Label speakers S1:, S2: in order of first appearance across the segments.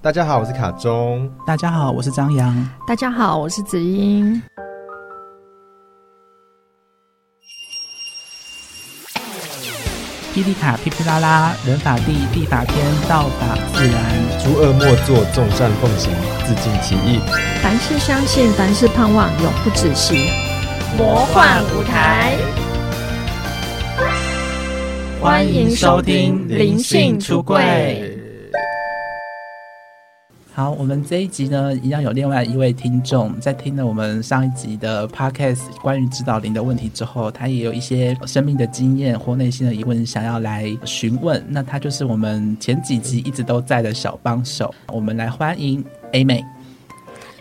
S1: 大家好，我是卡中。
S2: 大家好，我是张扬。
S3: 大家好，我是子英。
S2: 霹雳卡噼噼啦啦，人法地，地法天，道法自然。
S1: 诸恶莫作，众善奉行，自尽其意。
S3: 凡事相信，凡事盼望，永不止息。魔幻舞台，欢迎收听《灵性出柜》。
S2: 好，我们这一集呢，一样有另外一位听众在听了我们上一集的 podcast 关于指导灵的问题之后，他也有一些生命的经验或内心的疑问想要来询问。那他就是我们前几集一直都在的小帮手，我们来欢迎 A 妹。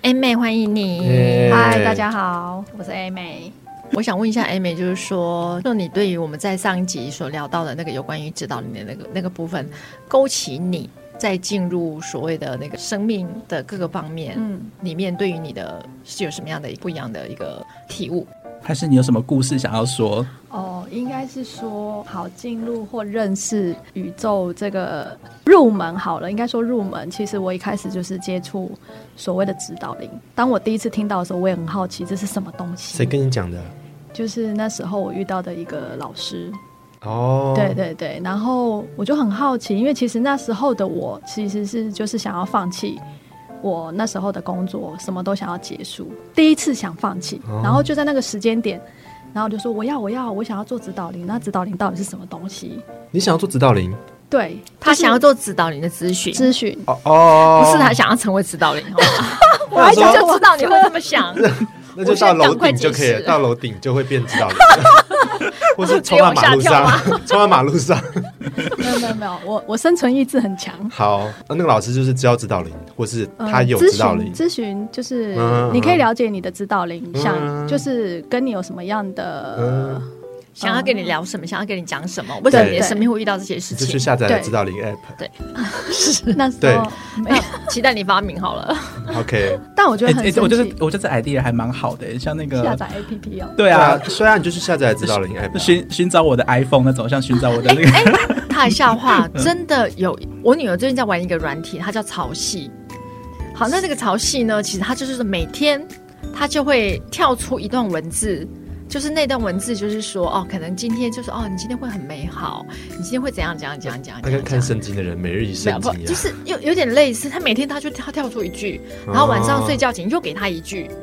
S3: A 妹，欢迎你！
S1: 耶
S4: 嗨，大家好，我是 A 美。
S3: 我想问一下 A 妹，就是说，就你对于我们在上一集所聊到的那个有关于指导灵的那个那个部分，勾起你在进入所谓的那个生命的各个方面，
S4: 嗯，
S3: 里面对于你的是有什么样的不一样的一个体悟？
S2: 还是你有什么故事想要说？
S4: 哦，应该是说好进入或认识宇宙这个入门好了，应该说入门。其实我一开始就是接触所谓的指导灵，当我第一次听到的时候，我也很好奇这是什么东
S1: 谁
S4: 西。
S1: 跟你讲的？
S4: 就是那时候我遇到的一个老师，
S1: 哦，
S4: 对，对对，然后我就很好奇，因为其实那时候的我其实是就是想要放弃我那时候的工作，什么都想要结束，第一次想放弃
S1: 哦，
S4: 然后就在那个时间点，然后我就说我要我要我想要做指导灵，那指导灵到底是什么东西？
S1: 你想要做指导灵？
S4: 对，
S3: 他
S4: 就是
S3: 想要做指导灵的咨询，
S4: 咨询，
S1: 哦哦，
S3: 不是他想要成为指导灵，好吗
S1: 我还
S3: 就知道你会这么想。
S1: 那就到楼顶就可以了，到楼顶就会变指导 灵。我是冲到马路上，冲到马路上。
S4: 没有没有没有，我我生存意志很强。
S1: 好，那个老师就是教指导灵，或是
S4: 呃
S1: 他
S3: 嗯
S1: 有
S4: 咨
S1: 指导
S4: 询，
S1: 灵。
S4: 咨询就是
S1: 嗯嗯
S4: 你可以了解你的指导灵，
S1: 嗯
S4: 想就是跟你有什么样的
S1: 嗯，
S3: 想要跟你聊什么，想要跟你讲什么，为什么你的生命会遇到这些事
S1: 你就去
S3: 情？
S1: 下载了
S4: 对
S1: 指导灵 app。
S4: 那时
S1: 嗯对
S4: 候没有，
S3: 期待你发明 好了。
S1: OK，
S4: 但我觉
S1: 哎
S4: 得很
S2: 诶
S4: 神奇。
S2: 哎我觉得我觉得这 idea 还蛮好的、像那个
S4: 下载 APP 哦。
S2: 对
S1: 对
S2: 啊
S1: 啊，，虽然你就去下载指导灵 app 啊。
S2: 寻寻找我的 iPhone 那种，像寻找我的那个。
S3: 哎，他下话，
S1: 嗯
S3: 真的有。我女儿最近在玩一个软体，它叫潮汐。好，那这个潮汐呢，其实它就是每天它就会跳出一段文字。就是那段文字，就是说，哦，可能今天就是哦，你今天会很美好，你今天会怎样怎样怎样怎样。
S1: 他
S3: 怎样
S1: 跟
S3: 怎样
S1: 看圣经的人每日一
S3: 没有
S1: 圣
S3: 不
S1: 经一
S3: 就
S1: 样。
S3: 是有有点类似，他每天他就跳跳出一句，然后晚上睡觉前又给他一句，
S1: 嗯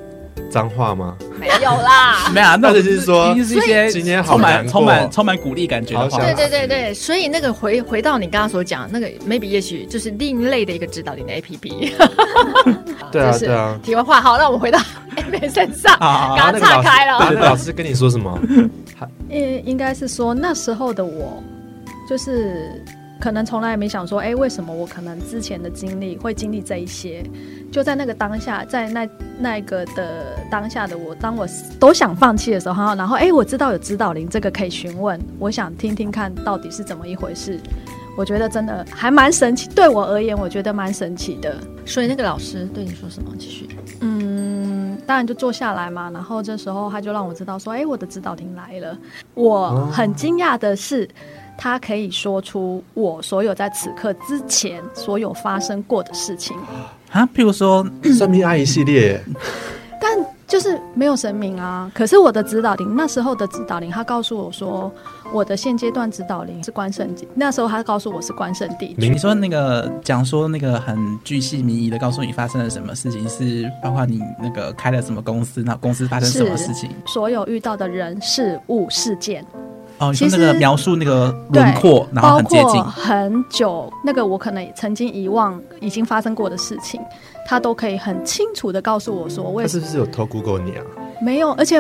S1: 脏话吗？
S3: 没有啦。
S2: 没有、啊，
S1: 那
S2: 那我
S1: 就是说
S2: 一定是一些
S1: 今天好
S2: 充满
S1: 难过
S2: 充满充满鼓励感觉的
S1: 好
S2: 话
S1: 想，
S3: 对对对对，所以那个回回到你刚刚所讲那个，maybe 也许就是另类的一个指导你的 A P P。
S1: 对啊
S3: 就是
S1: 对啊
S3: 题外话，好，那我们回到 A 妹身上，
S2: 啊
S3: 刚刚岔开
S1: 对，
S3: 了。
S1: 那老师跟你说什么？
S4: 应应该是说那时候的我，就是可能从来没想说，哎、为什么我可能之前的经历会经历这一些？就在那个当下，在那那个的当下的我，当我都想放弃的时候，然后哎、我知道有指导灵这个可以询问，我想听听看到底是怎么一回事。我觉得真的还蛮神奇，对我而言，我觉得蛮神奇的。
S3: 所以那个老师对你说什么？继续。
S4: 嗯，当然就坐下来嘛。然后这时候他就让我知道说，哎、我的指导灵来了。我很惊讶的是，他可以说出我所有在此刻之前所有发生过的事情，
S2: 啊，譬如说，
S1: 算命阿姨系列，
S4: 但就是没有神明啊。可是我的指导灵，那时候的指导灵，他告诉我说，我的现阶段指导灵是关圣帝。那时候他告诉我是关圣帝君。
S1: 明
S2: 你说那个讲说那个很巨细靡遗的告诉你发生了什么事情，是包括你那个开了什么公司，那公司发生什么事情，
S4: 所有遇到的人、事物、事件，
S2: 哦，你说那
S4: 其
S2: 个
S4: 实
S2: 描述那个
S4: 对
S2: 轮廓，然后
S4: 包
S2: 很接
S4: 括
S2: 近，啊
S4: 很久，那个我可能曾经遗忘已经发生过的事情，他都可以很清楚的告诉我说为
S1: 他
S4: 什
S1: 是不是有偷 Google 你啊？
S4: 么没有，而 且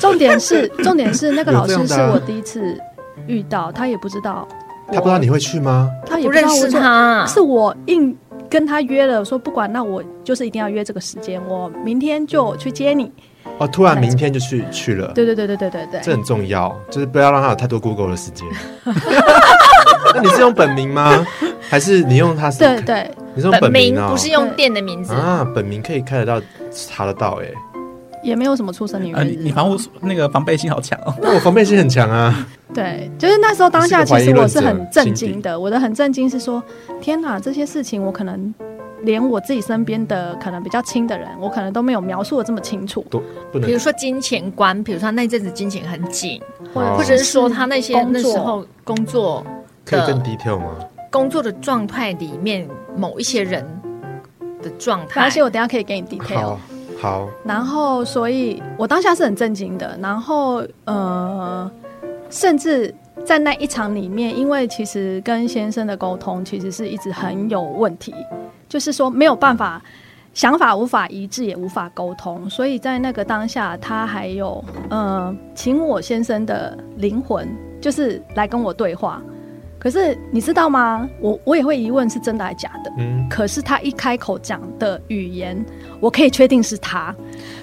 S4: 重点是重点是那个
S1: 有
S4: 老
S1: 这
S4: 师
S1: 样
S4: 是
S1: 的啊
S4: 我第一次遇到，他也不知道我，
S1: 他不知道你会去吗？
S4: 他也
S3: 不
S4: 不知
S3: 认
S4: 道
S3: 识
S4: 我做，
S3: 他，
S4: 是我硬跟他约了，说不管，那我就是一定要约这个时间，我明天就去接你。
S1: 哦，突然明天就去去了，
S4: 对对对对对对对，
S1: 啊这很重要，就是不要让他有太多 Google 的时 间。那你是用本名吗？还是你用他是？
S4: 对，对，
S1: 你是用
S3: 本
S1: 名
S3: 名啊
S1: 哦啊
S3: 不是用店的名字。
S1: 啊，本名可以看得到，查得到哎。
S4: 也没有什么出生年
S2: 啊，
S4: 月
S2: 你
S4: 日、
S2: 你防护那个防备心好强哦。
S1: 那我防备心很强 啊，
S4: 对，就是那时候当下，
S1: 是个怀
S4: 其
S1: 疑
S4: 实我是
S1: 论者
S4: 很震
S1: 心
S4: 惊
S1: 底
S4: 的。我的很震惊是说，天哪，这些事情我可能连我自己身边的可能比较亲的人，我可能都没有描述的这么清楚，
S1: 都不能
S3: 比如说金钱观，比如说他那阵子金钱很紧，
S4: 或者
S1: 哦
S3: 或者是说他那些
S4: 工
S3: 那
S4: 作
S3: 时候工作
S1: 可以更
S3: 的
S1: detail 吗？
S3: 工作的状态里面某一些人的状
S4: 而
S3: 态，
S4: 且我等一下可以给你 detail
S1: 好。，好，
S4: 然后，所以我当下是很震惊的。然后，呃，甚至在那一场里面，因为其实跟先生的沟通其实是一直很有问题，就是说没有办法，想法无法一致，也无法沟通。所以在那个当下，他还有呃，请我先生的灵魂，就是来跟我对话。可是你知道吗？我我也会疑问是真的还是假的。
S1: 嗯，
S4: 可是他一开口讲的语言，我可以确定是他，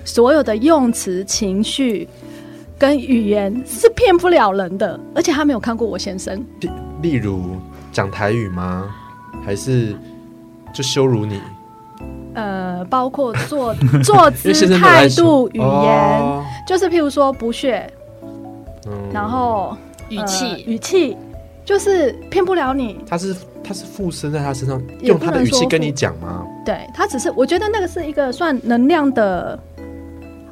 S4: 所有的用词、情绪跟语言是骗不了人的，而且他没有看过我先生，
S1: 例例如讲台语吗？还是就羞辱你？
S4: 呃，包括 坐坐
S1: 因为
S4: 姿
S1: 先、生没有
S4: 态
S1: 在说
S4: 度、语言，
S1: 哦
S4: 就是譬如说不屑，
S1: 嗯
S4: 然后
S3: 语
S4: 呃
S3: 气，
S4: 语气，就是骗不了你。
S1: 他是他是附身在他身上，
S4: 也
S1: 用
S4: 不
S1: 他的
S4: 能
S1: 语气
S4: 说
S1: 跟
S4: 附
S1: 你讲吗？
S4: 对他只是，我觉得那个是一个算能量的，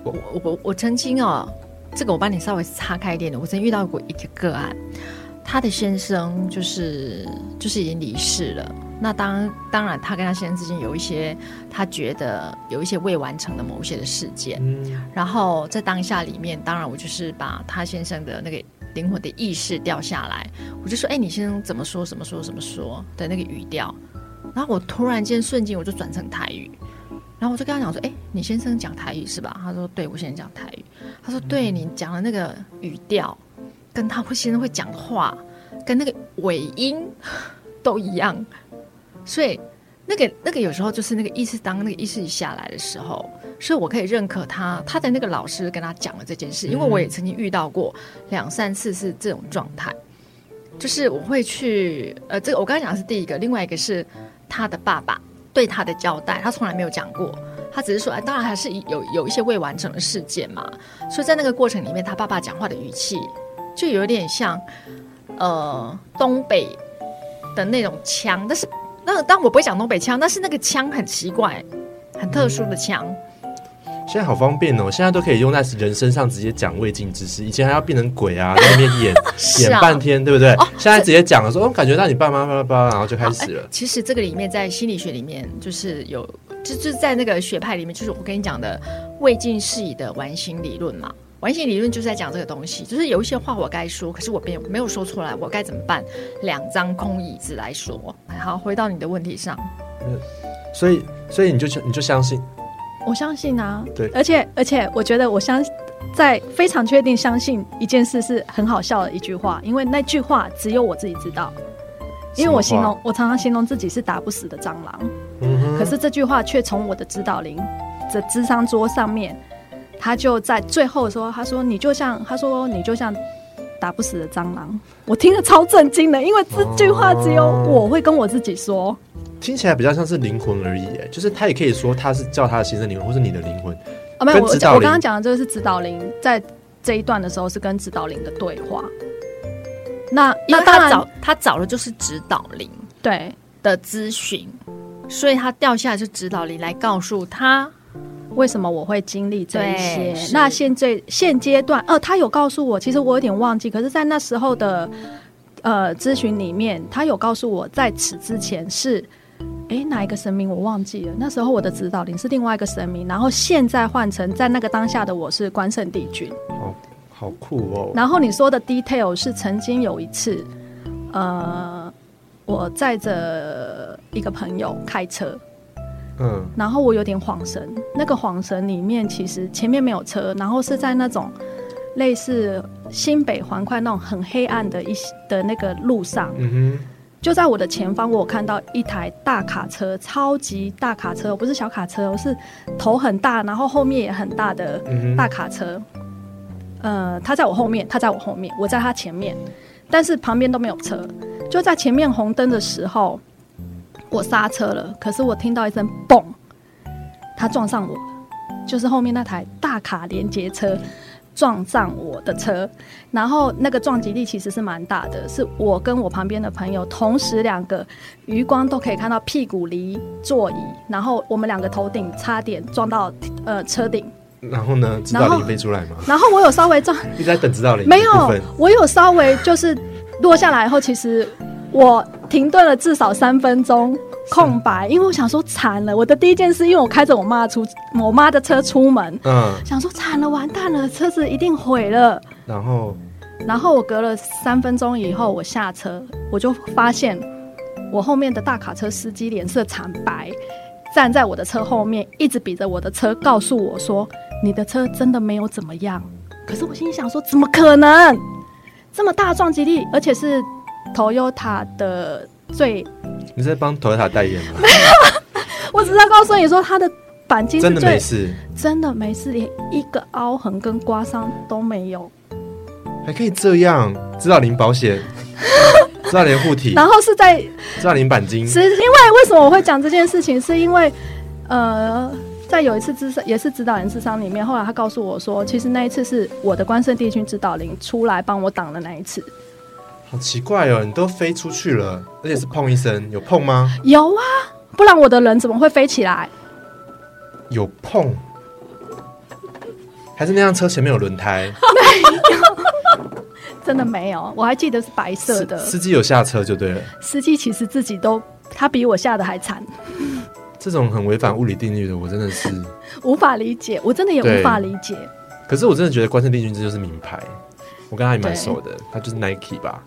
S3: 我我我曾经哦，这个我帮你稍微岔开一点点，我曾经遇到过一个个案，她的先生就是就是已经离世了。那当当然，她跟她先生之间有一些，她觉得有一些未完成的某一些的事件。
S1: 嗯，
S3: 然后在当下里面，当然我就是把他先生的那个灵魂的意识掉下来，我就说：“哎、你先生怎么说？怎么说？怎么说的那个语调。”然后我突然间瞬间我就转成台语，然后我就跟他讲说：“哎、你先生讲台语是吧？”他说：“对，我先生讲台语。”他说：“对你讲的那个语调，跟他会先生会讲的话，跟那个尾音都一样，所以。”那个那个有时候就是那个意识，当那个意识一下来的时候，所以我可以认可他，他的那个老师跟他讲了这件事，因为我也曾经遇到过两三次是这种状态，就是我会去，呃，这个我刚才讲的是第一个，另外一个是他的爸爸对他的交代，他从来没有讲过，他只是说，哎，当然还是有有一些未完成的事件嘛，所以在那个过程里面，他爸爸讲话的语气就有点像，呃，东北的那种腔，但是那当然我不会讲东北腔，但是那个腔很奇怪，很特殊的腔。
S1: 嗯现在好方便哦，现在都可以用在人身上直接讲未尽之事，以前还要变成鬼啊，在那边 演
S3: 是
S1: 演
S3: 啊
S1: 半天，对不对
S3: 哦？
S1: 现在直接讲了，说哦感觉到你爸妈巴拉巴拉，然后就开始
S3: 好哎
S1: 了。
S3: 其实这个里面在心理学里面就是有，就就是在那个学派里面，就是我跟你讲的未尽事宜的完形理论嘛。完形理论就是在讲这个东西，就是有一些话我该说，可是我没有没有说出来，我该怎么办？两张空椅子来说。好，回到你的问题上，
S1: 哎所以所以你就你就相信，
S4: 我相信啊，
S1: 对
S4: 而且而且我觉得我相在非常确定相信一件事是很好笑的一句话，因为那句话只有我自己知道，因为我
S1: 什么
S4: 形
S1: 话
S4: 容我常常形容自己是打不死的蟑螂，
S1: 嗯哼，
S4: 可是这句话却从我的指导灵的智商桌上面，他就在最后的时候，他说你就像他说你就像。打不死的蟑螂，我听了超震惊的，因为这句话只有我会跟我自己说。
S1: 听起来比较像是灵魂而已，哎就是他也可以说他是叫他的先生灵魂，或是你的灵魂，
S4: 啊，没有，
S1: 跟
S4: 我
S1: 指导
S4: 我刚
S1: 灵
S4: 刚讲的这个是指导灵在这一段的时候是跟指导灵的对话。那
S3: 因
S4: 那
S3: 为
S4: 当
S3: 他
S4: 然
S3: 找他找的就是指导灵
S4: 对，
S3: 的咨询，所以他掉下来是指导灵来告诉他，
S4: 为什么我会经历这一
S3: 对
S4: 些？
S3: 是
S4: 那现在现阶段，呃，他有告诉我，其实我有点忘记，可是，在那时候的呃咨询里面，他有告诉我，在此之前是。诶，哪一个神明我忘记了？那时候我的指导灵是另外一个神明，然后现在换成在那个当下的我是关圣帝君。
S1: 好好酷哦。
S4: 然后你说的 detail 是曾经有一次，呃，我载着一个朋友开车，
S1: 嗯，
S4: 然后我有点晃神，那个晃神里面其实前面没有车，然后是在那种类似新北环快那种很黑暗的一些的那个路上，
S1: 嗯
S4: 就在我的前方，我有看到一台大卡车，超级大卡车，不是小卡车，我哦是头很大，然后后面也很大的
S1: 哼，嗯
S4: 大
S1: 哼，
S4: 卡车，呃，他在我后面，他在我后面，我在他前面，但是旁边都没有车。就在前面红灯的时候，我刹车了，可是我听到一声“嘣”，他撞上我，就是后面那台大卡连接车撞上我的车，然后那个撞击力其实是蛮大的，是我跟我旁边的朋友同时两个余光都可以看到屁股离座椅，然后我们两个头顶差点撞到呃车顶，
S1: 然后呢，指导灵飞出来吗？
S4: 然后我有稍微撞，
S1: 一直在等指导灵，
S4: 没有，我有稍微就是落下来后，其实我停顿了至少三分钟空白，因为我想说惨了，我的第一件事，因为我开着我妈出我妈的车出门，
S1: 嗯，
S4: 想说惨了，完蛋了，车子一定毁了。
S1: 然后
S4: 然后我隔了三分钟以后，我下车，我就发现我后面的大卡车司机脸色惨白，站在我的车后面，一直比着我的车，告诉我说：“你的车真的没有怎么样。”可是我心里想说：“怎么可能？这么大的撞击力，而且是 Toyota 的最……
S1: 你在帮 Toyota 代言吗？
S4: 我只是要告诉你说，它的钣金是
S1: 真的
S4: 最
S1: 没事，
S4: 真的没事，连一个凹痕跟刮伤都没有。”
S1: 还可以这样，指导灵保 险，指导灵护体，
S4: 然后是在
S1: 指导灵钣金，
S4: 是因为为什么我会讲这件事情？是因为，呃，在有一次智商也是指导人智商里面，后来他告诉我说，其实那一次是我的关圣帝君指导灵出来帮我挡的那一次。
S1: 好奇怪哦，你都飞出去了，而且是碰一声，有碰吗？
S4: 有啊，不然我的人怎么会飞起来？
S1: 有碰，还是那辆车前面有轮胎？
S4: 真的没有，我还记 得是白色的。
S1: 司司机有下车就对了，
S4: 司机其实自己都，他比我吓得还惨，
S1: 这种很违反物理定律的，我真的是，
S4: 无法理解，我真的也
S1: 对
S4: 无法理解。
S1: 可是我真的觉得关圣帝君这就是名牌，我跟他也蛮熟的，他就是 Nike 吧，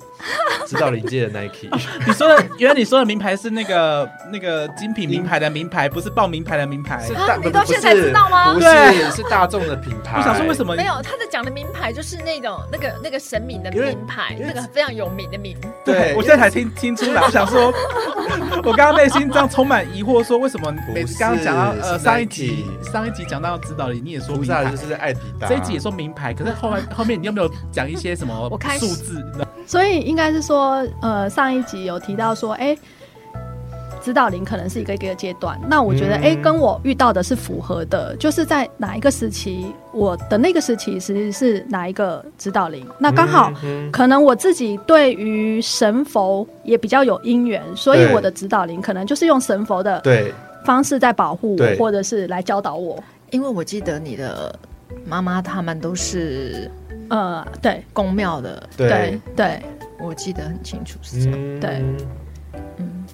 S1: 指导灵界的 Nike，
S2: 你说的，原来你说的名牌是那个那个精品名牌的名牌，不是报名牌的名牌
S1: 是。
S3: 啊
S1: 大
S3: 你
S1: 不
S3: 到
S1: 不
S3: 现在
S1: 是
S3: 知道吗
S1: 不
S2: 对
S1: 是，是大众的品牌。
S2: 我想 说为什么
S3: 没？有，他的讲的名牌就是那种那个那个神明的
S1: 因为
S3: 名牌，
S1: 因为
S3: 那个非常有名的名。
S1: 对
S2: 对， 我现在才听听出 来，我想说，我刚刚内心这样充满疑惑，说为什么每次刚刚讲到
S1: 不
S2: 呃
S1: 是
S2: 上一集
S1: Nike
S2: 上一集讲到指导里，你也说
S1: 不
S2: 名
S1: 知道
S2: 牌
S1: 就，是艾迪达，
S2: 这一集也说名牌，可是后来 后面你有没有讲一些什么
S3: 我开始
S2: 数字？
S4: 所以应该是说，呃，上一集有提到说，哎、指导灵可能是一个一个阶段。那我觉得，
S1: 嗯
S4: 哎、跟我遇到的是符合的，就是在哪一个时期，我的那个时期其实是哪一个指导灵。那刚好，
S1: 嗯哼
S4: 可能我自己对于神佛也比较有因缘，所以
S1: 对
S4: 我的指导灵可能就是用神佛的
S1: 对，
S4: 方式在保护
S1: 对
S4: 我，或者是来教导我。
S3: 因为我记得你的妈妈他们都是
S4: 呃，对，
S3: 宫庙的，
S4: 对，对。
S3: 我记得很清楚是这样。
S1: 嗯
S4: 对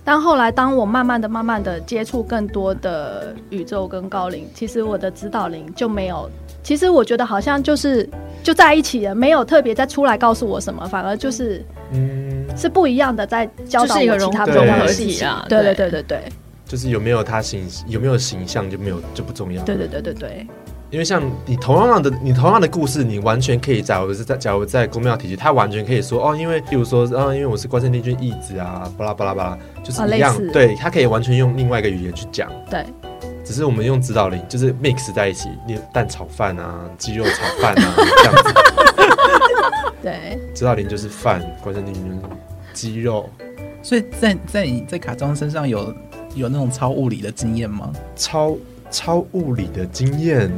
S4: 但后来，当我慢慢的、慢慢的接触更多的宇宙跟高龄，其实我的指导灵就没有。其实我觉得好像就是就在一起了，没有特别再出来告诉我什么，反而就是
S1: 嗯，
S4: 是不一样的在教导
S3: 就是一个
S4: 我
S3: 融
S4: 其他不
S1: 对
S4: 同的
S1: 融合
S4: 事
S3: 体
S4: 情
S3: 啊。
S4: 对对
S3: 对
S4: 对对对
S1: 就是有没有他形有没有形象就没有就不重要，
S4: 对对对对对，
S1: 因为像你同样的你同样的故事，你完全可以，假如是在假如在公庙体系，他完全可以说哦，因为譬如说，啊，因为我是关圣帝君义子啊，巴拉巴拉巴拉，就是
S2: 哦
S4: 啊
S1: 一
S4: 类
S1: 样，
S4: 似
S1: 对他可以完全用另外一个语言去讲，
S4: 对，
S1: 只是我们用指导灵，就是 mix 在一起，你蛋炒饭啊，鸡肉炒饭啊这样子，
S4: 对
S1: 指导灵就是饭，关圣帝君就是鸡肉，
S2: 所以在在你在卡庄身上有有那种超物理的经验吗？
S1: 超超物理的经验，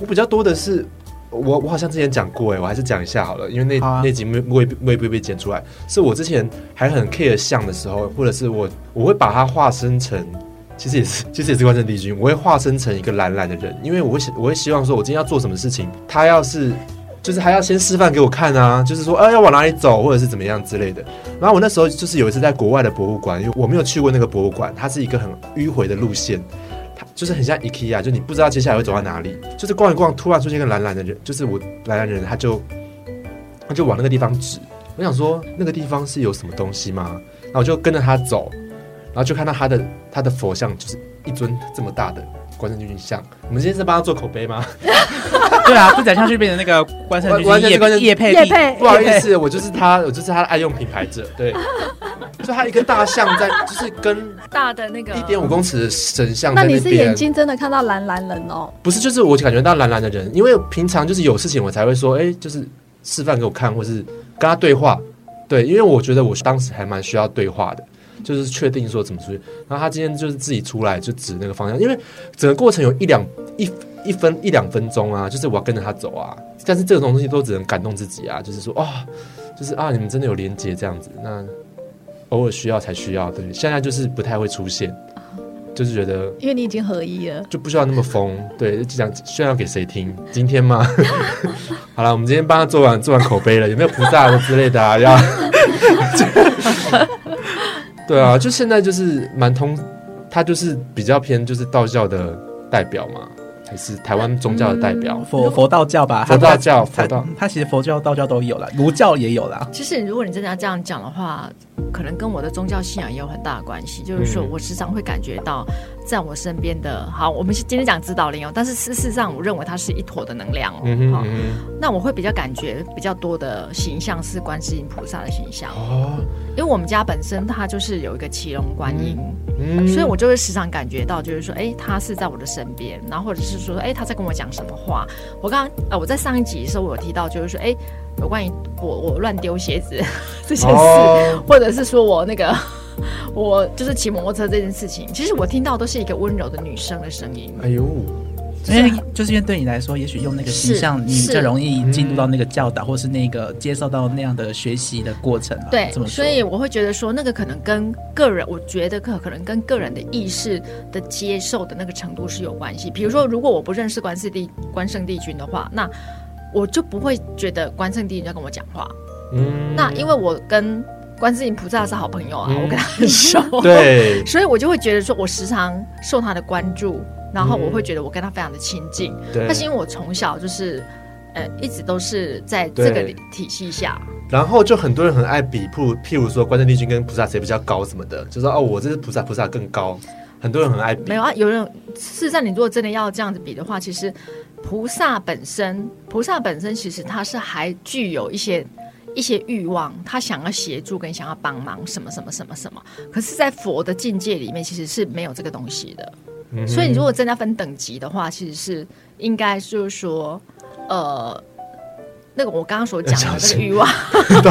S1: 我比较多的是，我我好像之前讲过哎，我还是讲一下好了，因为那、
S2: 好啊
S1: 那集没未必未必被剪出来，是我之前还很 care 像的时候，或者是我我会把它化身成。其实也是，其实也是关圣帝君。我会化身成一个懒懒的人，因为我会希我会希望说，我今天要做什么事情，他要是就是还要先示范给我看啊，就是说，呃，要往哪里走，或者是怎么样之类的。然后我那时候就是有一次在国外的博物馆，因为我没有去过那个博物馆，它是一个很迂回的路线，它就是很像 IKEA，就你不知道接下来会走到哪里，就是逛一逛，突然出现一个蓝蓝的人，就是我蓝蓝的人，他就他就往那个地方指。我想说那个地方是有什么东西吗？然后我就跟着他走，然后就看到他的他的佛像就是一尊这么大的关圣帝君像。我们今天是帮他做口碑 吗？
S2: 对啊，这讲下去变成那个关 圣帝
S1: 完完全
S2: 君
S1: 是关圣
S2: 叶叶佩
S4: 叶
S2: 蒂
S4: 佩
S1: 不好意思，我就是他，我就是他的爱用品牌者。对， 就他一个大象在，就是跟
S3: 大的那个
S1: 一点五公尺的神像
S4: 那
S1: 在
S4: 你是眼
S1: 边。
S4: 睛真的看到蓝蓝人哦？
S1: 不是，就是我感觉到蓝蓝的人，因为平常就是有事情我才会说，哎、就是示范给我看，或是跟他对话。对，因为我觉得我当时还蛮需要对话的，就是确定说怎么出去。然后他今天就是自己出来就指那个方向，因为整个过程有一两一一分一两分钟啊，就是我要跟着他走啊。但是这种东西都只能感动自己啊，就是说啊、就是啊，你们真的有连接这样子。那偶尔需要才需要，对，现在就是不太会出现，就是觉得
S4: 因为你已经合一了。
S1: 就不需要那么疯，对，就讲炫耀给谁听？今天 吗？好了，我们今天帮他做完做完口碑了，有没有菩萨的之类的啊？ 要，对啊，就现在就是蛮通，他就是比较偏就是道教的代表嘛，还是台湾宗教的代表？
S2: 佛佛道教
S3: 嗯
S2: 吧，
S1: 佛道教
S2: 它
S1: 佛道
S2: 它它其实佛教、道教都有啦，儒教也有啦。
S3: 其实，如果你真的要这样讲的话，可能跟我的宗教信仰也有很大的关系。就是说
S1: 嗯
S3: 我时常会感觉到，在我身边的，好，我们是今天讲指导灵哦，但是事实上，我认为它是一坨的能量哦。
S1: 嗯哼
S3: 好
S1: 嗯
S3: 那我会比较感觉比较多的形象是观世音菩萨的形象
S1: 哼，，哦，
S3: 因为我们家本身它就是有一个骑龙观音，
S1: 嗯，
S3: 所以我就会时常感觉到，就是说，哎、他是在我的身边，然后或者是说，哎、他在跟我讲什么话。我刚刚呃，我在上一集的时候，我有提到，就是说，哎、有关于我我乱丢鞋子这件事，
S1: 哦
S3: 或者是说我那个 我就是骑摩托车这件事情，其实我听到都是一个温柔的女生的声音。
S1: 哎呦，
S2: 因为就是因为对你来说，也许用那个形
S3: 啊是
S2: 象，你比较
S3: 是
S2: 容易进入到那个教导，或是那个接受到那样的学习的过程啊。
S3: 对
S2: 这么，说
S3: 所以我会觉得说，那个可能跟个人，我觉得可可能跟个人的意识的接受的那个程度是有关系。比如说，如果我不认识关圣帝关圣帝君的话，那我就不会觉得关圣帝君在跟我讲话。
S1: 嗯，
S3: 那因为我跟观世音菩萨是好朋友啊，
S1: 嗯
S3: 我跟他很熟，，
S1: 对，
S3: 所以我就会觉得说，我时常受他的关注，然后
S1: 嗯
S3: 我会觉得我跟他非常的亲近。
S1: 对
S3: 但是因为我从小就是，呃，一直都是在这个
S1: 对
S3: 体系下，
S1: 然后就很多人很爱比，譬如譬如说关圣帝君跟菩萨谁比较高什么的，就说哦，我这是菩萨，菩萨更高，很多人很爱比
S3: 没。有啊，有人事实上，你如果真的要这样子比的话，其实菩萨本身，菩萨本身其实他是还具有一些一些欲望，他想要协助跟想要帮忙什么什么什么什么。可是，在佛的境界里面，其实是没有这个东西的。
S1: 嗯哼
S3: 所以，你如果真的要分等级的话，其实是应该就是说，呃。那个我刚刚所讲的
S1: 小
S3: 那个
S1: 心
S3: 欲望，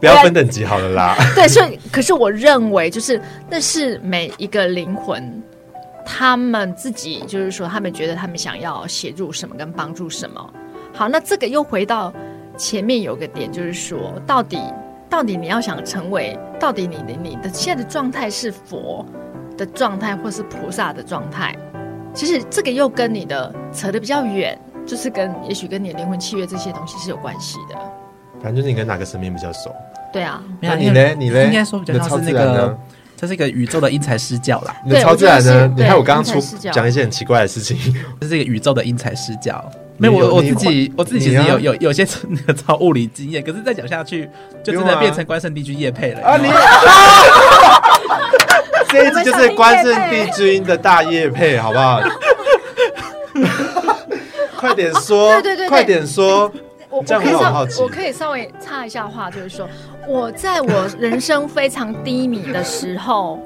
S1: 不要分等级好了啦，
S3: 对，所以可是我认为，就是那是每一个灵魂，他们自己就是说，他们觉得他们想要协助什么跟帮助什么。好，那这个又回到前面有个点，就是说，到底到底你要想成为，到底你的你的现在的状态是佛的状态，或是菩萨的状态？其实这个又跟你的扯得比较远，就是跟也许跟你的灵魂契约这些东西是有关系的。
S1: 反正就是你跟哪个神明比较熟。
S3: 对啊，
S2: 没有
S1: 那你
S2: 因为
S1: 嘞你嘞
S2: 应该说比较
S1: 你的超
S2: 像是
S1: 自
S2: 那
S1: 然
S2: 个
S1: 呢，
S2: 这是一个宇宙的因材施教啦，
S1: 你的超自然
S3: 我觉得
S1: 呢
S3: 是？
S1: 你看我刚刚
S3: 对
S1: 出
S3: 因材施教
S1: 讲一些很奇怪的事 情，
S2: 这是一个宇宙的因材施教。
S1: 你
S2: 没有我我
S1: 你
S2: 自己我自己其
S1: 你
S2: 实
S1: 啊
S2: 有有有些那个超物理经验，可是再讲下去就
S1: 不
S2: 真
S1: 用
S2: 的
S1: 啊
S2: 变成关圣帝君叶配了
S1: 啊你 这一集就是关圣帝君的大夜配，好不好？ 快点说，
S3: 对对对对
S1: 快点说，
S3: 我我
S1: 这样
S3: 可以
S1: 我很
S3: 稍
S1: 好奇
S3: 我可以稍微插一下话，就是说，我在我人生非常低迷的时候，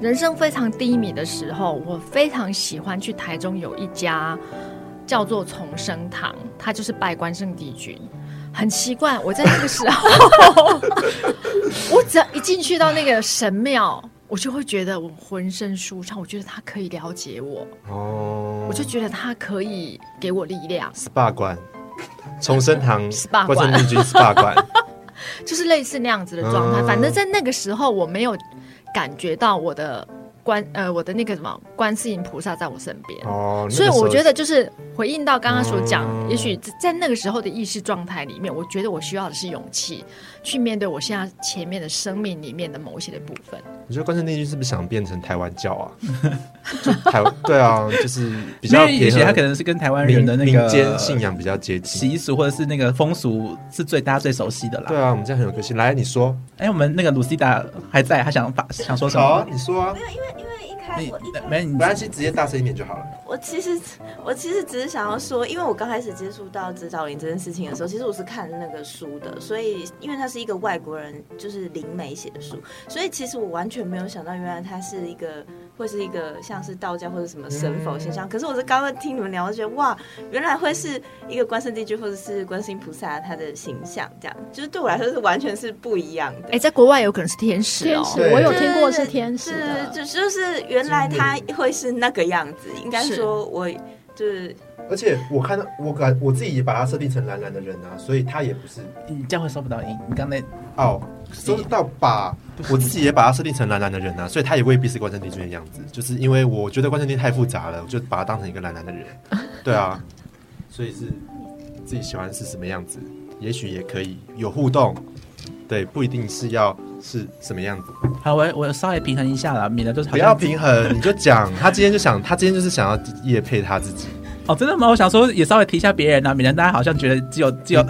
S3: 人生非常低迷的时候，我非常喜欢去台中有一家叫做重生堂，它就是拜关圣帝君。很奇怪，我在那个时候， 我只要一进去到那个神庙，我就会觉得我浑身舒畅，我觉得他可以了解我，
S1: 哦，
S3: 我就觉得他可以给我力量。
S1: SPA 馆，重生堂
S3: SPA
S1: 关圣帝君 SPA 馆，
S3: 就是类似那样子的状态。
S1: 嗯
S3: 反正在那个时候，我没有感觉到我的观呃我的那个什么观世音菩萨在我身边。
S1: 哦，那个
S3: 所以
S1: 时
S3: 我
S1: 候
S3: 觉得，就是回应到刚刚所讲，
S1: 嗯
S3: 也许在那个时候的意识状态里面，我觉得我需要的是勇气，去面对我现在前面的生命里面的某一些的部分。
S1: 你觉得关圣帝君是不是想变成台湾教啊？就台 湾对啊，就是比
S2: 因
S1: 较
S2: 为也
S1: 平
S2: 许
S1: 衡
S2: 他可能是跟台湾人
S1: 民
S2: 的那
S1: 民
S2: 个
S1: 间信仰比较接近。
S2: 习俗或者是那个风俗是最大家最熟悉的啦
S1: 对。啊，我们这样很有个性。来，你说，
S2: 哎、我们那个 Lucida 还在，她想把想说嗯什
S1: 好啊
S2: 么，？
S1: 你说啊，
S5: 因为一开
S2: 你
S5: 我一开
S2: 没你
S1: 没关系，直接大声一点就好了。
S5: 我其实我其实只是想要说，因为我刚开始接触到指导灵这件事情的时候，其实我是看那个书的，所以因为它是一个外国人就是灵媒写的书，所以其实我完全没有想到，原来它是一个会是一个像是道教或者什么神佛形象。
S2: 嗯
S5: 可是我是刚刚听你们聊，我就觉得哇，原来会是一个关圣帝君或者是观世音菩萨他的形象，这样就是对我来说是完全是不一样的。
S3: 哎、在国外有可能是天使
S4: 天
S3: 哦，
S4: 使，
S1: 对
S4: 我有听过是天使的，
S5: 是就就是原来他会是那个样子，应该说我就是
S1: 而且我看到我感我自己也把它设定成懒懒的人啊，所以他也不是
S2: 你这样会收不到音。你刚才
S1: 哦，说到把我自己也把它设定成懒懒的人啊，所以他也未必是关圣帝君的样子，就是因为我觉得关圣帝太复杂了，我就把它当成一个懒懒的人，对啊，所以是自己喜欢是什么样子，也许也可以有互动，对，不一定是要是什么样子，
S2: 好，我我稍微平衡一下啦，免得就是好
S1: 不要
S2: 像
S1: 平 衡，你就讲他今天就想他今天就是想要夜配他自己，
S2: 哦，真的吗？我想说也稍微提一下别人啊，免得大家好像觉得只有只
S1: 嗯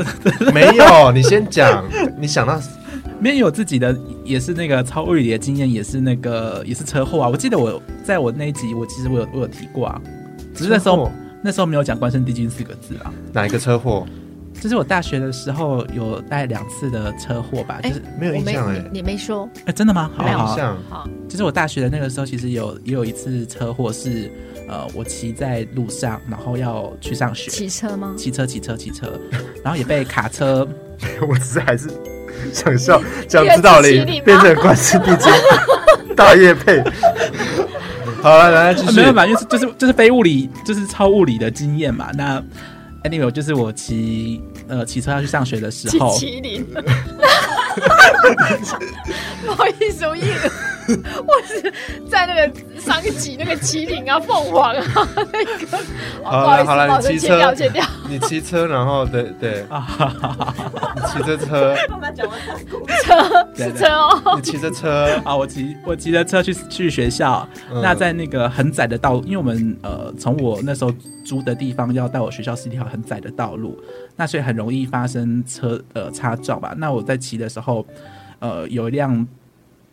S2: 有
S1: 没有，你先讲，你想到
S2: 没有自己的也是那个超物理的经验，也是那个也是车祸啊。我记得我在我那一集，我其实我有我有提过啊，只 是那时
S1: 车
S2: 候
S1: 祸
S2: 那时候没有讲关圣帝君四个字啊。
S1: 哪一个车祸，
S2: 就是我大学的时候有带两次的车祸吧，就是
S1: 没有
S3: 我
S1: 印
S3: 没
S1: 象哎、
S3: 你你没说，
S2: 哎、真的吗？好
S1: 没有
S2: 好
S1: 印
S2: 好，
S1: 象。
S3: 好，
S2: 就是我大学的那个时候，其实有也有一次车祸是，呃，我骑在路上，然后要去上学，
S3: 骑车吗？
S2: 骑车骑车骑车，然后也被卡车，
S1: 我只是还是想笑，
S3: 讲
S1: 讲
S3: 指
S1: 指
S3: 导
S1: 导
S3: 灵
S1: 灵
S3: 变
S1: 变
S3: 成
S1: 成关世帝君大叶配。 好了，来继续
S2: 啊没。有吧？因为是就是就是非物理，就是超物理的经验嘛。那 anyway，就是我骑呃骑车要去上学的时
S3: 骑
S2: 候，
S3: 麒麟。 不好意思，我一 我是在那个商集那个麒麟啊、凤凰啊 那个，哦、不
S1: 好
S3: 好意
S1: 了好
S3: 思，不好
S1: 了，
S3: 意思
S1: 你骑
S3: 切掉
S1: 车
S3: 切掉。，
S1: 你骑车，然后对 对，你骑着 车，
S5: 慢慢讲完他的故事。
S2: 对
S3: 是
S2: 对
S3: 车哦，
S1: 你骑着车，
S2: 啊，我骑我骑着车去去学校，
S1: 嗯
S2: 那在那个很窄的道路，因为我们呃从我那时候租的地方要到我学校是一条很窄的道路，那所以很容易发生车呃擦撞吧。那我在骑的时候，呃有一辆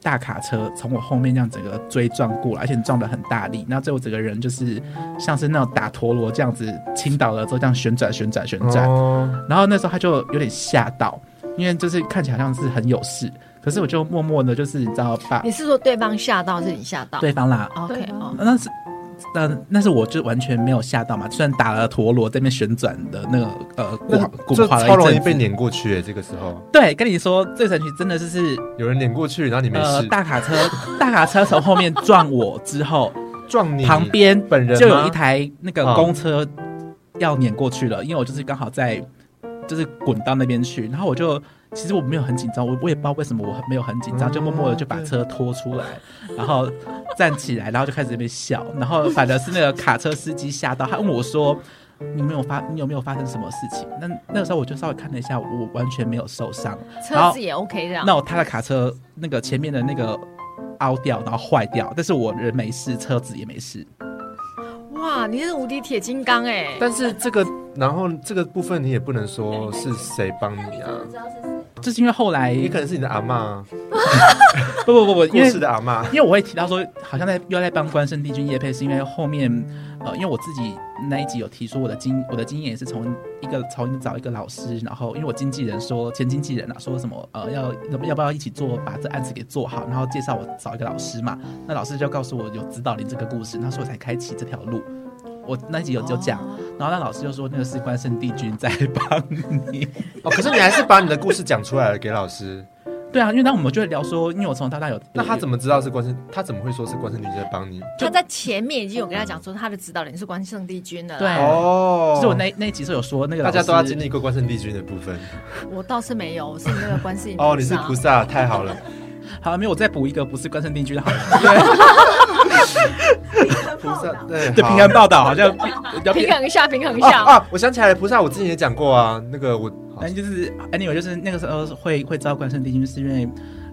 S2: 大卡车从我后面这样整个追撞过来，而且撞得很大力，那最后整个人就是像是那种打陀螺这样子倾倒了之后这样旋转旋转旋转，
S1: 哦，
S2: 然后那时候他就有点吓到，因为就是看起来好像是很有事，可是我就默默的，就是你知道把
S3: 你是说对方吓到，是你吓到
S2: 对方啦，
S3: ？OK
S4: 对
S3: 哦，
S2: 那是。那那是我就完全没有吓到嘛，虽然打了陀螺这边旋转的那个呃过
S1: 这
S2: 过滑了
S1: 超
S2: 一
S1: 容易
S2: 阵子
S1: 被碾过去诶，这个时候
S2: 对，跟你说最神奇真的就是
S1: 有人碾过去，然后你没
S2: 呃
S1: 事，
S2: 大卡车大卡车从后面撞我之后，
S1: 撞 你
S2: 旁边
S1: 本人
S2: 就有
S1: 吗
S2: 一台那个
S1: 啊
S2: 公车要碾过去了，因为我就是刚好在就是滚到那边去，然后我就其实我没有很紧张，我我也不知道为什么我没有很紧张，
S1: 嗯
S2: 就默默的就把车拖出来，然后站起来，然后就开始在那边笑，然后反而是那个卡车司机吓到，他问我说。你没有发，你有没有发生什么事情？那那个时候我就稍微看了一下，我完全没有受伤。然
S3: 车
S2: 后
S3: 子也 OK 这样。
S2: 那我他的卡车那个前面的那个凹掉，然后坏掉，但是我人没事，车子也没事。
S3: 哇，你是无敌铁金刚哎、
S1: 但是这个，然后这个部分你也不能说是谁帮你啊，
S5: 知道是谁？
S2: 就是因为后来
S1: 也可能是你的阿嬷，
S2: 不不不不，因
S1: 过
S2: 为
S1: 世的阿嬷。
S2: 因为我会提到说，好像在又在帮关圣帝君夜配，是因为后面呃，因为我自己那一集有提出我的经我的经验也是从一个从找一个老师，然后因为我经纪人说前经纪人啊说什么呃要要不要一起做把这案子给做好，然后介绍我找一个老师嘛，那老师就告诉我有指导灵这个故事，那时候我才开启这条路。我那一集有
S3: 哦
S2: 有讲，然后那老师就说那个是关圣帝君在帮你。
S1: 哦，可是你还是把你的故事讲出来了给老师。
S2: 对啊，因为当我们就会聊说，因为我从小到大有
S1: 那他
S2: 么
S1: 怎么知道是关圣？他怎么会说是关圣帝君在帮你？
S3: 他在前面已经有跟他讲说，他的指导人是关圣帝君了。
S2: 对
S1: 哦
S2: 就是我那那一集是有说那个
S1: 大家
S2: 老师
S1: 都要经历过关圣帝君的部分。
S3: 我倒是没有，我是那个观世音
S1: 哦，你是菩
S3: 萨
S1: 萨，太好了。
S2: 好，没有，我再补一个不是关圣帝君的，好了，
S1: 菩萨对
S2: 对
S1: 好
S2: 平安报道好像要
S3: 平衡一下，平衡一下。
S1: 啊啊！我想起来了，菩萨我之前也讲过啊，那个我
S2: 反正就是 anyway，就是那个时候会会知道关圣帝君，是因为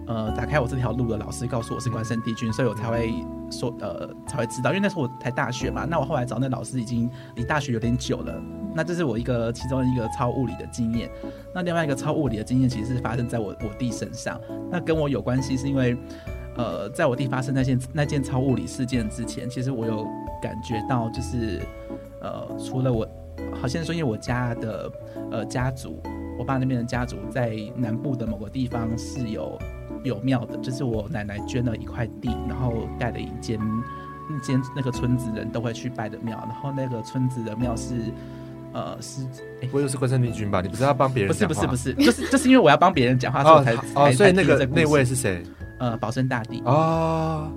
S2: 呃打开我这条路的老师告诉我是关圣帝君，所以我才会说呃才会知道，因为那时候我才大学嘛。那我后来找那老师已经离大学有点久了，那这是我一个其中一个超物理的经验。那另外一个超物理的经验其实是发生在我我弟身上，那跟我有关系是因为。呃，在我弟发生那件那件超物理事件之前，其实呃我有感觉到，就是呃，除了我，好像说因为我家的呃家族，我爸那边的家族在南部的某个地方是有有庙的，就是我奶奶捐了一块地，然后盖了一间一间那个村子人都会去拜的庙，然后那个村子的庙是呃是
S1: 我又是关圣帝君吧？你不是要帮别人
S2: 不是
S1: 讲
S2: 不
S1: 话？哦
S2: 是不是， 就是就是因为我要帮别人讲话，所以我才
S1: 哦哦，
S2: 才
S1: 所以
S2: 才
S1: 那哦
S2: 提
S1: 个
S2: 这故
S1: 那
S2: 事
S1: 位是谁？
S2: 呃保生大帝，
S1: 哦，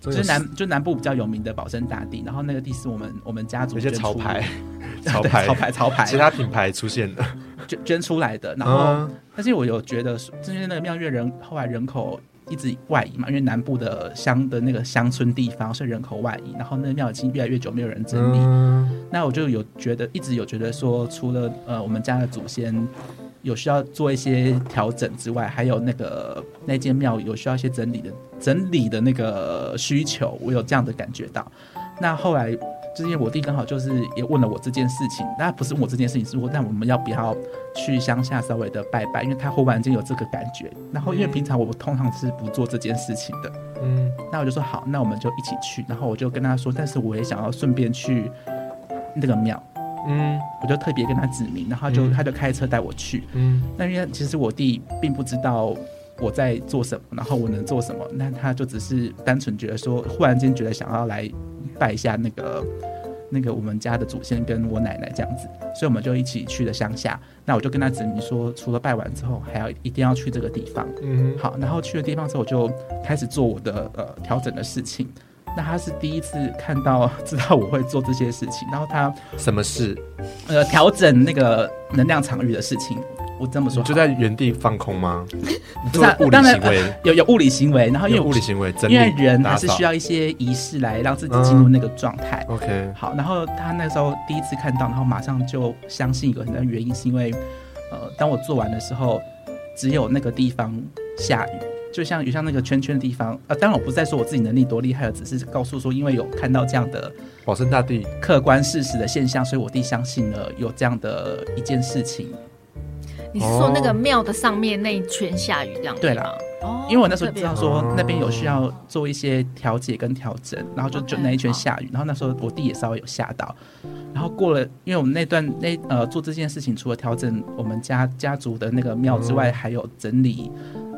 S1: 就
S2: 就是南就南部比较有名的保生大帝，然后那个地是我们我们家族
S1: 有些
S2: 捐
S1: 潮
S2: 出
S1: 牌
S2: 对
S1: 潮牌
S2: 潮牌潮牌
S1: 其他品牌出现的，
S2: 捐捐出来的。然后，
S1: 嗯，
S2: 但是我有觉得说，就是那个庙月人后来人口一直外移嘛，因为南部的乡的那个乡村地方，所以人口外移，然后那个庙已经越来越久没有人整理。
S1: 嗯
S2: 那我就有觉得，一直有觉得说，除了呃我们家的祖先有需要做一些调整之外，还有那个那间庙有需要一些整理的整理的那个需求，我有这样的感觉到。那后来就是因为我弟刚好就是也问了我这件事情，那不是问我这件事情，是问那我们要不要去乡下稍微的拜拜，因为他忽然间有这个感觉。然后因为平常我通常是不做这件事情的，
S1: 嗯，
S2: 那我就说好，那我们就一起去。然后我就跟他说，但是我也想要顺便去那个庙，
S1: 嗯
S2: 我就特别跟他指明，然后他就、
S1: 嗯
S2: 他就开车带我去。
S1: 嗯
S2: 那因为其实我弟并不知道我在做什么，然后我能做什么，那他就只是单纯觉得说，忽然间觉得想要来拜一下那个那个我们家的祖先跟我奶奶这样子，所以我们就一起去了乡下。那我就跟他指明说，除了拜完之后，还要一定要去这个地方。
S1: 嗯，
S2: 好，然后去了地方之后，我就开始做我的呃调整的事情。那他是第一次看到知道我会做这些事情，然后他
S1: 什么事？
S2: 呃调整那个能量场域的事情，我这么说好
S1: 就在原地放空吗？你做
S2: 不是啊
S1: 物理
S2: 当然
S1: 行为，
S2: 有有物理行为，然后因为
S1: 有物理
S2: 我
S1: 行为整理
S2: 因为人
S1: 打
S2: 还是
S1: 扫嗯
S2: 需要一些仪式来让自己进入那个状态。
S1: OK，
S2: 好，然后他那时候第一次看到，然后马上就相信一个很大的原因，是因为，呃，当我做完的时候，只有那个地方下雨，就像有像那个圈圈的地方，呃，当然我不是在说我自己能力多厉害了，只是告诉说，因为有看到这样的
S1: 保生大帝
S2: 客观事实的现象，所以我弟相信了有这样的一件事情。
S3: 你是说那个庙的上面那一圈下雨这样？
S2: 对
S3: 啦，
S2: 啦，
S3: 哦，
S2: 因为我那时候知道
S3: 特别
S2: 说
S1: 哦
S2: 那边有需要做一些调节跟调整，然后就就
S3: OK，
S2: 那一圈下雨，然后那时候我弟也稍微有吓到，然后过了，因为我们那段那呃做这件事情，除了调整我们家家族的那个庙之外，还有整理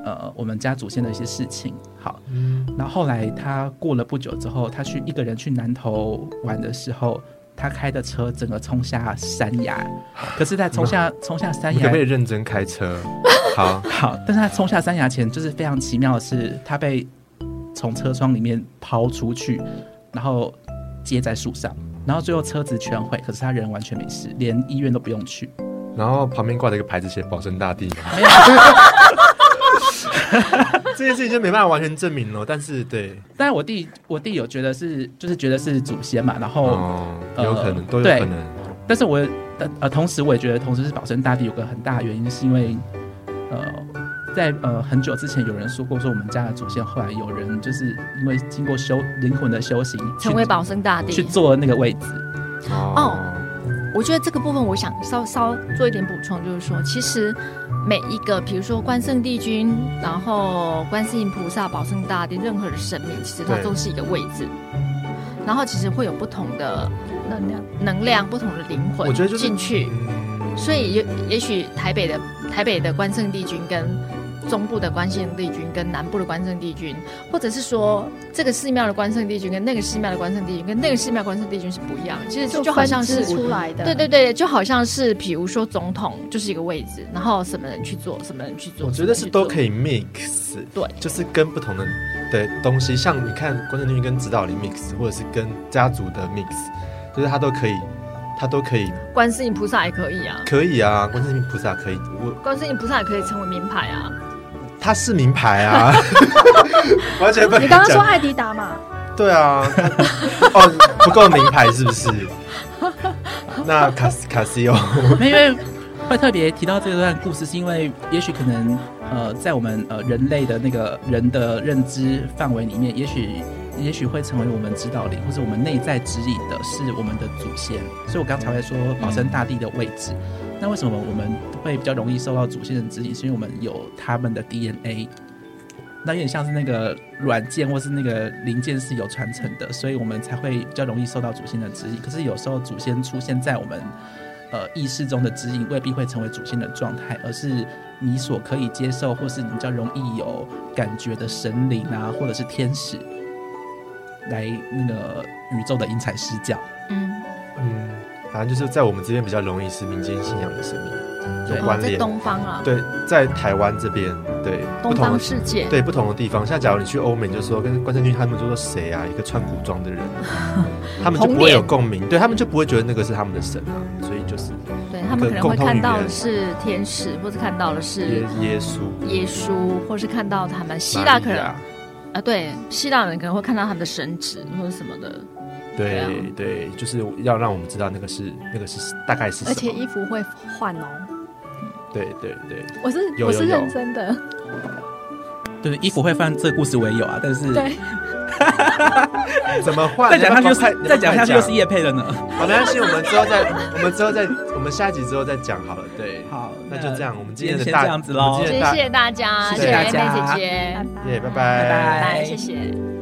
S2: 呃我们家祖先的一些事情。好，
S1: 嗯
S2: 然后后来他过了不久之后，他去一个人去南头玩的时候。他开的车整个冲下山 崖，可是，在冲下冲下山
S1: 你可
S2: 崖
S1: 不可以认真开车？好，
S2: 好，但是他冲下山崖前，就是非常奇妙的是，他被从车窗里面抛出去，然后接在树上，然后最后车子全毁，可是他人完全没事，连医院都不用去。
S1: 然后旁边挂着一个牌子写“保生大帝”，
S2: 没有，
S1: 这件事情就没办法完全证明了。但是对，
S2: 但是我弟我弟有觉得是，就是觉得是祖先嘛，然后，
S1: 哦，有可能，
S2: 呃
S1: 都有
S2: 对
S1: 可能。
S2: 但是我但呃，同时我也觉得，同时是保生大帝有个很大的原因，是因为呃。在呃很久之前，有人说过，说我们家的祖先后来有人就是因为经过修灵魂的修行，去
S3: 成为保生大
S2: 去
S3: 帝。
S2: 做那个位置。
S1: 哦，
S3: 我觉得这个部分我想稍稍做一点补充，就是说，其实每一个，比如说关圣帝君，然后观世音菩萨、保生大帝，任何的神明，其实它
S1: 对
S3: 都是一个位置，然后其实会有不同的
S4: 能量。
S3: 能量、不同的灵魂
S1: 我觉得就是
S3: 进去，
S1: 嗯
S3: 所以也也许台北的台北的关圣帝君跟中部的关圣帝君跟南部的关圣帝君，或者是说这个寺庙的关圣帝君跟那个寺庙的关圣帝君跟那个寺庙的关圣帝君是不一样的，其实这就好像是
S4: 分支出来的，
S3: 对对对，就好像是比如说总统就是一个位置，然后什么人去做，什么人去做，
S1: 我觉得是都可
S3: 以。
S1: 以 mix，
S3: 对，
S1: 就是跟不同的的东西，像你看关正军跟指导林 mix，或者是跟家族的 mix，就是他都可以，他都可以，
S3: 观世音菩萨也可以啊，
S1: 可以啊，观世音菩萨可以，我
S3: 观世音菩萨也可以成为名牌啊。
S1: 他是名牌 啊，完全不能
S4: 你刚刚说
S1: 讲
S4: 艾迪达嘛，
S1: 对啊，他哦不够名牌是不 是？那卡西卡西欧，
S2: 没有因为会特别提到这段故事，是因为也许可能呃，在我们呃人类的那个人的认知范围里面，也许也许会成为我们指导灵，或者我们内在指引的是我们的祖先。所以我刚才会说保生大帝的位置。那为什么我们会比较容易受到祖先的指引？是因为我们有他们的 DNA。那有点像是那个软件或是那个零件是有传承的，所以我们才会比较容易受到祖先的指引。可是有时候祖先出现在我们呃意识中的指引未必会成为主线的状态，而是你所可以接受或是你比较容易有感觉的神灵啊，或者是天使，来那个宇宙的因材施教。
S3: 嗯，
S1: 嗯，反正就是在我们这边比较容易是民间信仰的神明有
S2: 对
S1: 关
S3: 哦在
S1: 联。
S3: 东方啊，
S1: 对，在台湾这边，对不
S3: 东
S1: 同
S3: 方
S1: 的
S3: 世界，
S1: 对不同的地方，像假如你去欧美，就说跟关圣君他们就说谁啊，一个穿古装的 人，他们就不
S3: 红
S1: 会
S3: 脸
S1: 有共鸣，对他们就不会觉得那个是他们的神啊，所以就是
S3: 对他们可能
S1: 共
S3: 会
S1: 同
S3: 看
S1: 语
S3: 到
S1: 言
S3: 的是天使，或者看到的
S1: 耶
S3: 是
S1: 耶稣、
S3: 耶稣，或是看到他们希腊可
S1: 玛利
S3: 能
S1: 亚
S3: 啊，对，希腊人可能会看到他们的神职或者什么的，对啊
S1: 对对，就是要让我们知道那个是那个是大概是
S4: 而
S1: 什
S4: 且
S1: 么，
S4: 衣服会换哦。
S1: 对对对，
S4: 我是
S1: 有
S4: 我是
S1: 有有
S4: 认真的，
S2: 对，衣服会放这个故事我也有啊，但是
S4: 对，
S1: 怎么换？
S2: 再讲下去就是再讲下去
S1: 就
S2: 就是叶配了呢。
S1: 好，没关系，我们之后再， 我们之后再，我们下一集之后再讲好了。对，
S2: 好，
S1: 那就这样，我们今
S2: 今
S1: 天的
S2: 天先
S1: 大
S2: 这样子喽
S1: 我们今
S3: 谢
S1: 天的大
S3: 谢大家，
S1: 谢
S3: 谢
S1: 谢
S3: 谢
S1: 大
S3: 妹
S2: 家
S3: 姐姐，
S1: 耶，拜
S2: 拜
S3: 拜，谢谢。